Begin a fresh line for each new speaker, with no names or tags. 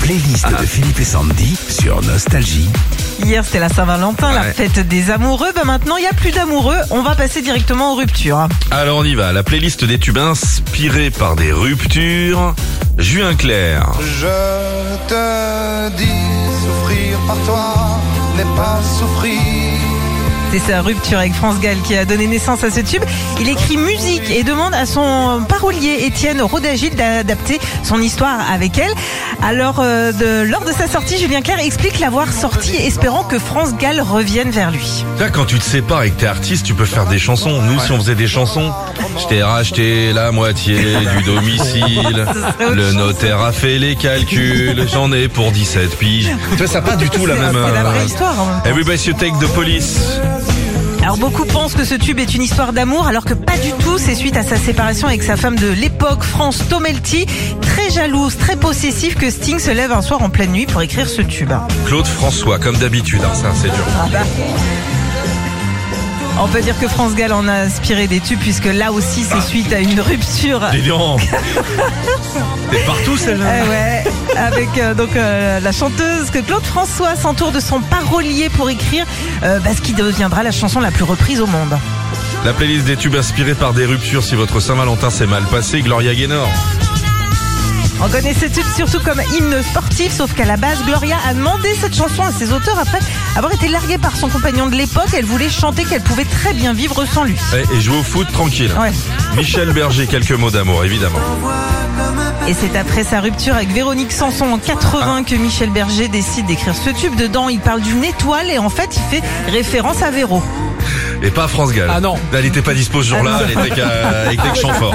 playlist de Philippe et Sandy sur Nostalgie.
Hier, c'était la Saint-Valentin, la
Ouais.
fête des amoureux. Ben maintenant, il n'y a plus d'amoureux. On va passer directement aux ruptures. hein.
Alors on y va, la playlist des tubes inspirée par des ruptures. Juin Clair,
Je te dis, souffrir par toi n'est pas souffrir.
C'est sa rupture avec France Gall qui a donné naissance à ce tube. Il écrit musique et demande à son parolier Étienne Rodagil d'adapter son histoire avec elle. Alors, euh, de- lors de sa sortie, Julien Clerc explique l'avoir sorti espérant que France Gall revienne vers lui.
Là, quand tu te sépares et que t'es artiste, tu peux faire des chansons. Nous, si on faisait des chansons, je t'ai racheté la moitié du domicile,
autre
le
chose.
notaire a fait les calculs, j'en ai pour 17 piges. Tu vois, ça n'a pas du tout la
C'est-
même...
C'est la
euh,
vraie histoire. hein. en même temps.
Everybody's you take the police.
Alors beaucoup pensent que ce tube est une histoire d'amour alors que pas du tout, c'est suite à sa séparation avec sa femme de l'époque France Tomelty, très jalouse, très possessive que Sting se lève un soir en pleine nuit pour écrire ce tube.
Claude François, comme d'habitude, hein, ça c'est dur.
On peut dire que France Gall en a inspiré des tubes puisque là aussi c'est suite à une rupture.
Dis donc. T'es partout celle-là
Eh ouais, avec euh, donc euh, la chanteuse que Claude François s'entoure de son parolier pour écrire euh, bah, ce qui deviendra la chanson la plus reprise au monde.
La playlist des tubes inspirés par des ruptures si votre Saint-Valentin s'est mal passé, Gloria Gaynor.
On connaît ce tube surtout comme hymne sportif, sauf qu'à la base, Gloria a demandé cette chanson à ses auteurs après avoir été larguée par son compagnon de l'époque. Elle voulait chanter qu'elle pouvait très bien vivre sans lui.
Et, et jouer au foot tranquille.
Ouais.
Michel Berger, quelques mots d'amour, évidemment.
Et c'est après sa rupture avec Véronique Sanson en 80 que Michel Berger décide d'écrire ce tube. Dedans, il parle d'une étoile et en fait, il fait référence à Véro.
Et pas France Gall.
Ah non. Ah
Elle était pas dispo ce jour-là, elle était qu'à- elle était que Chamfort.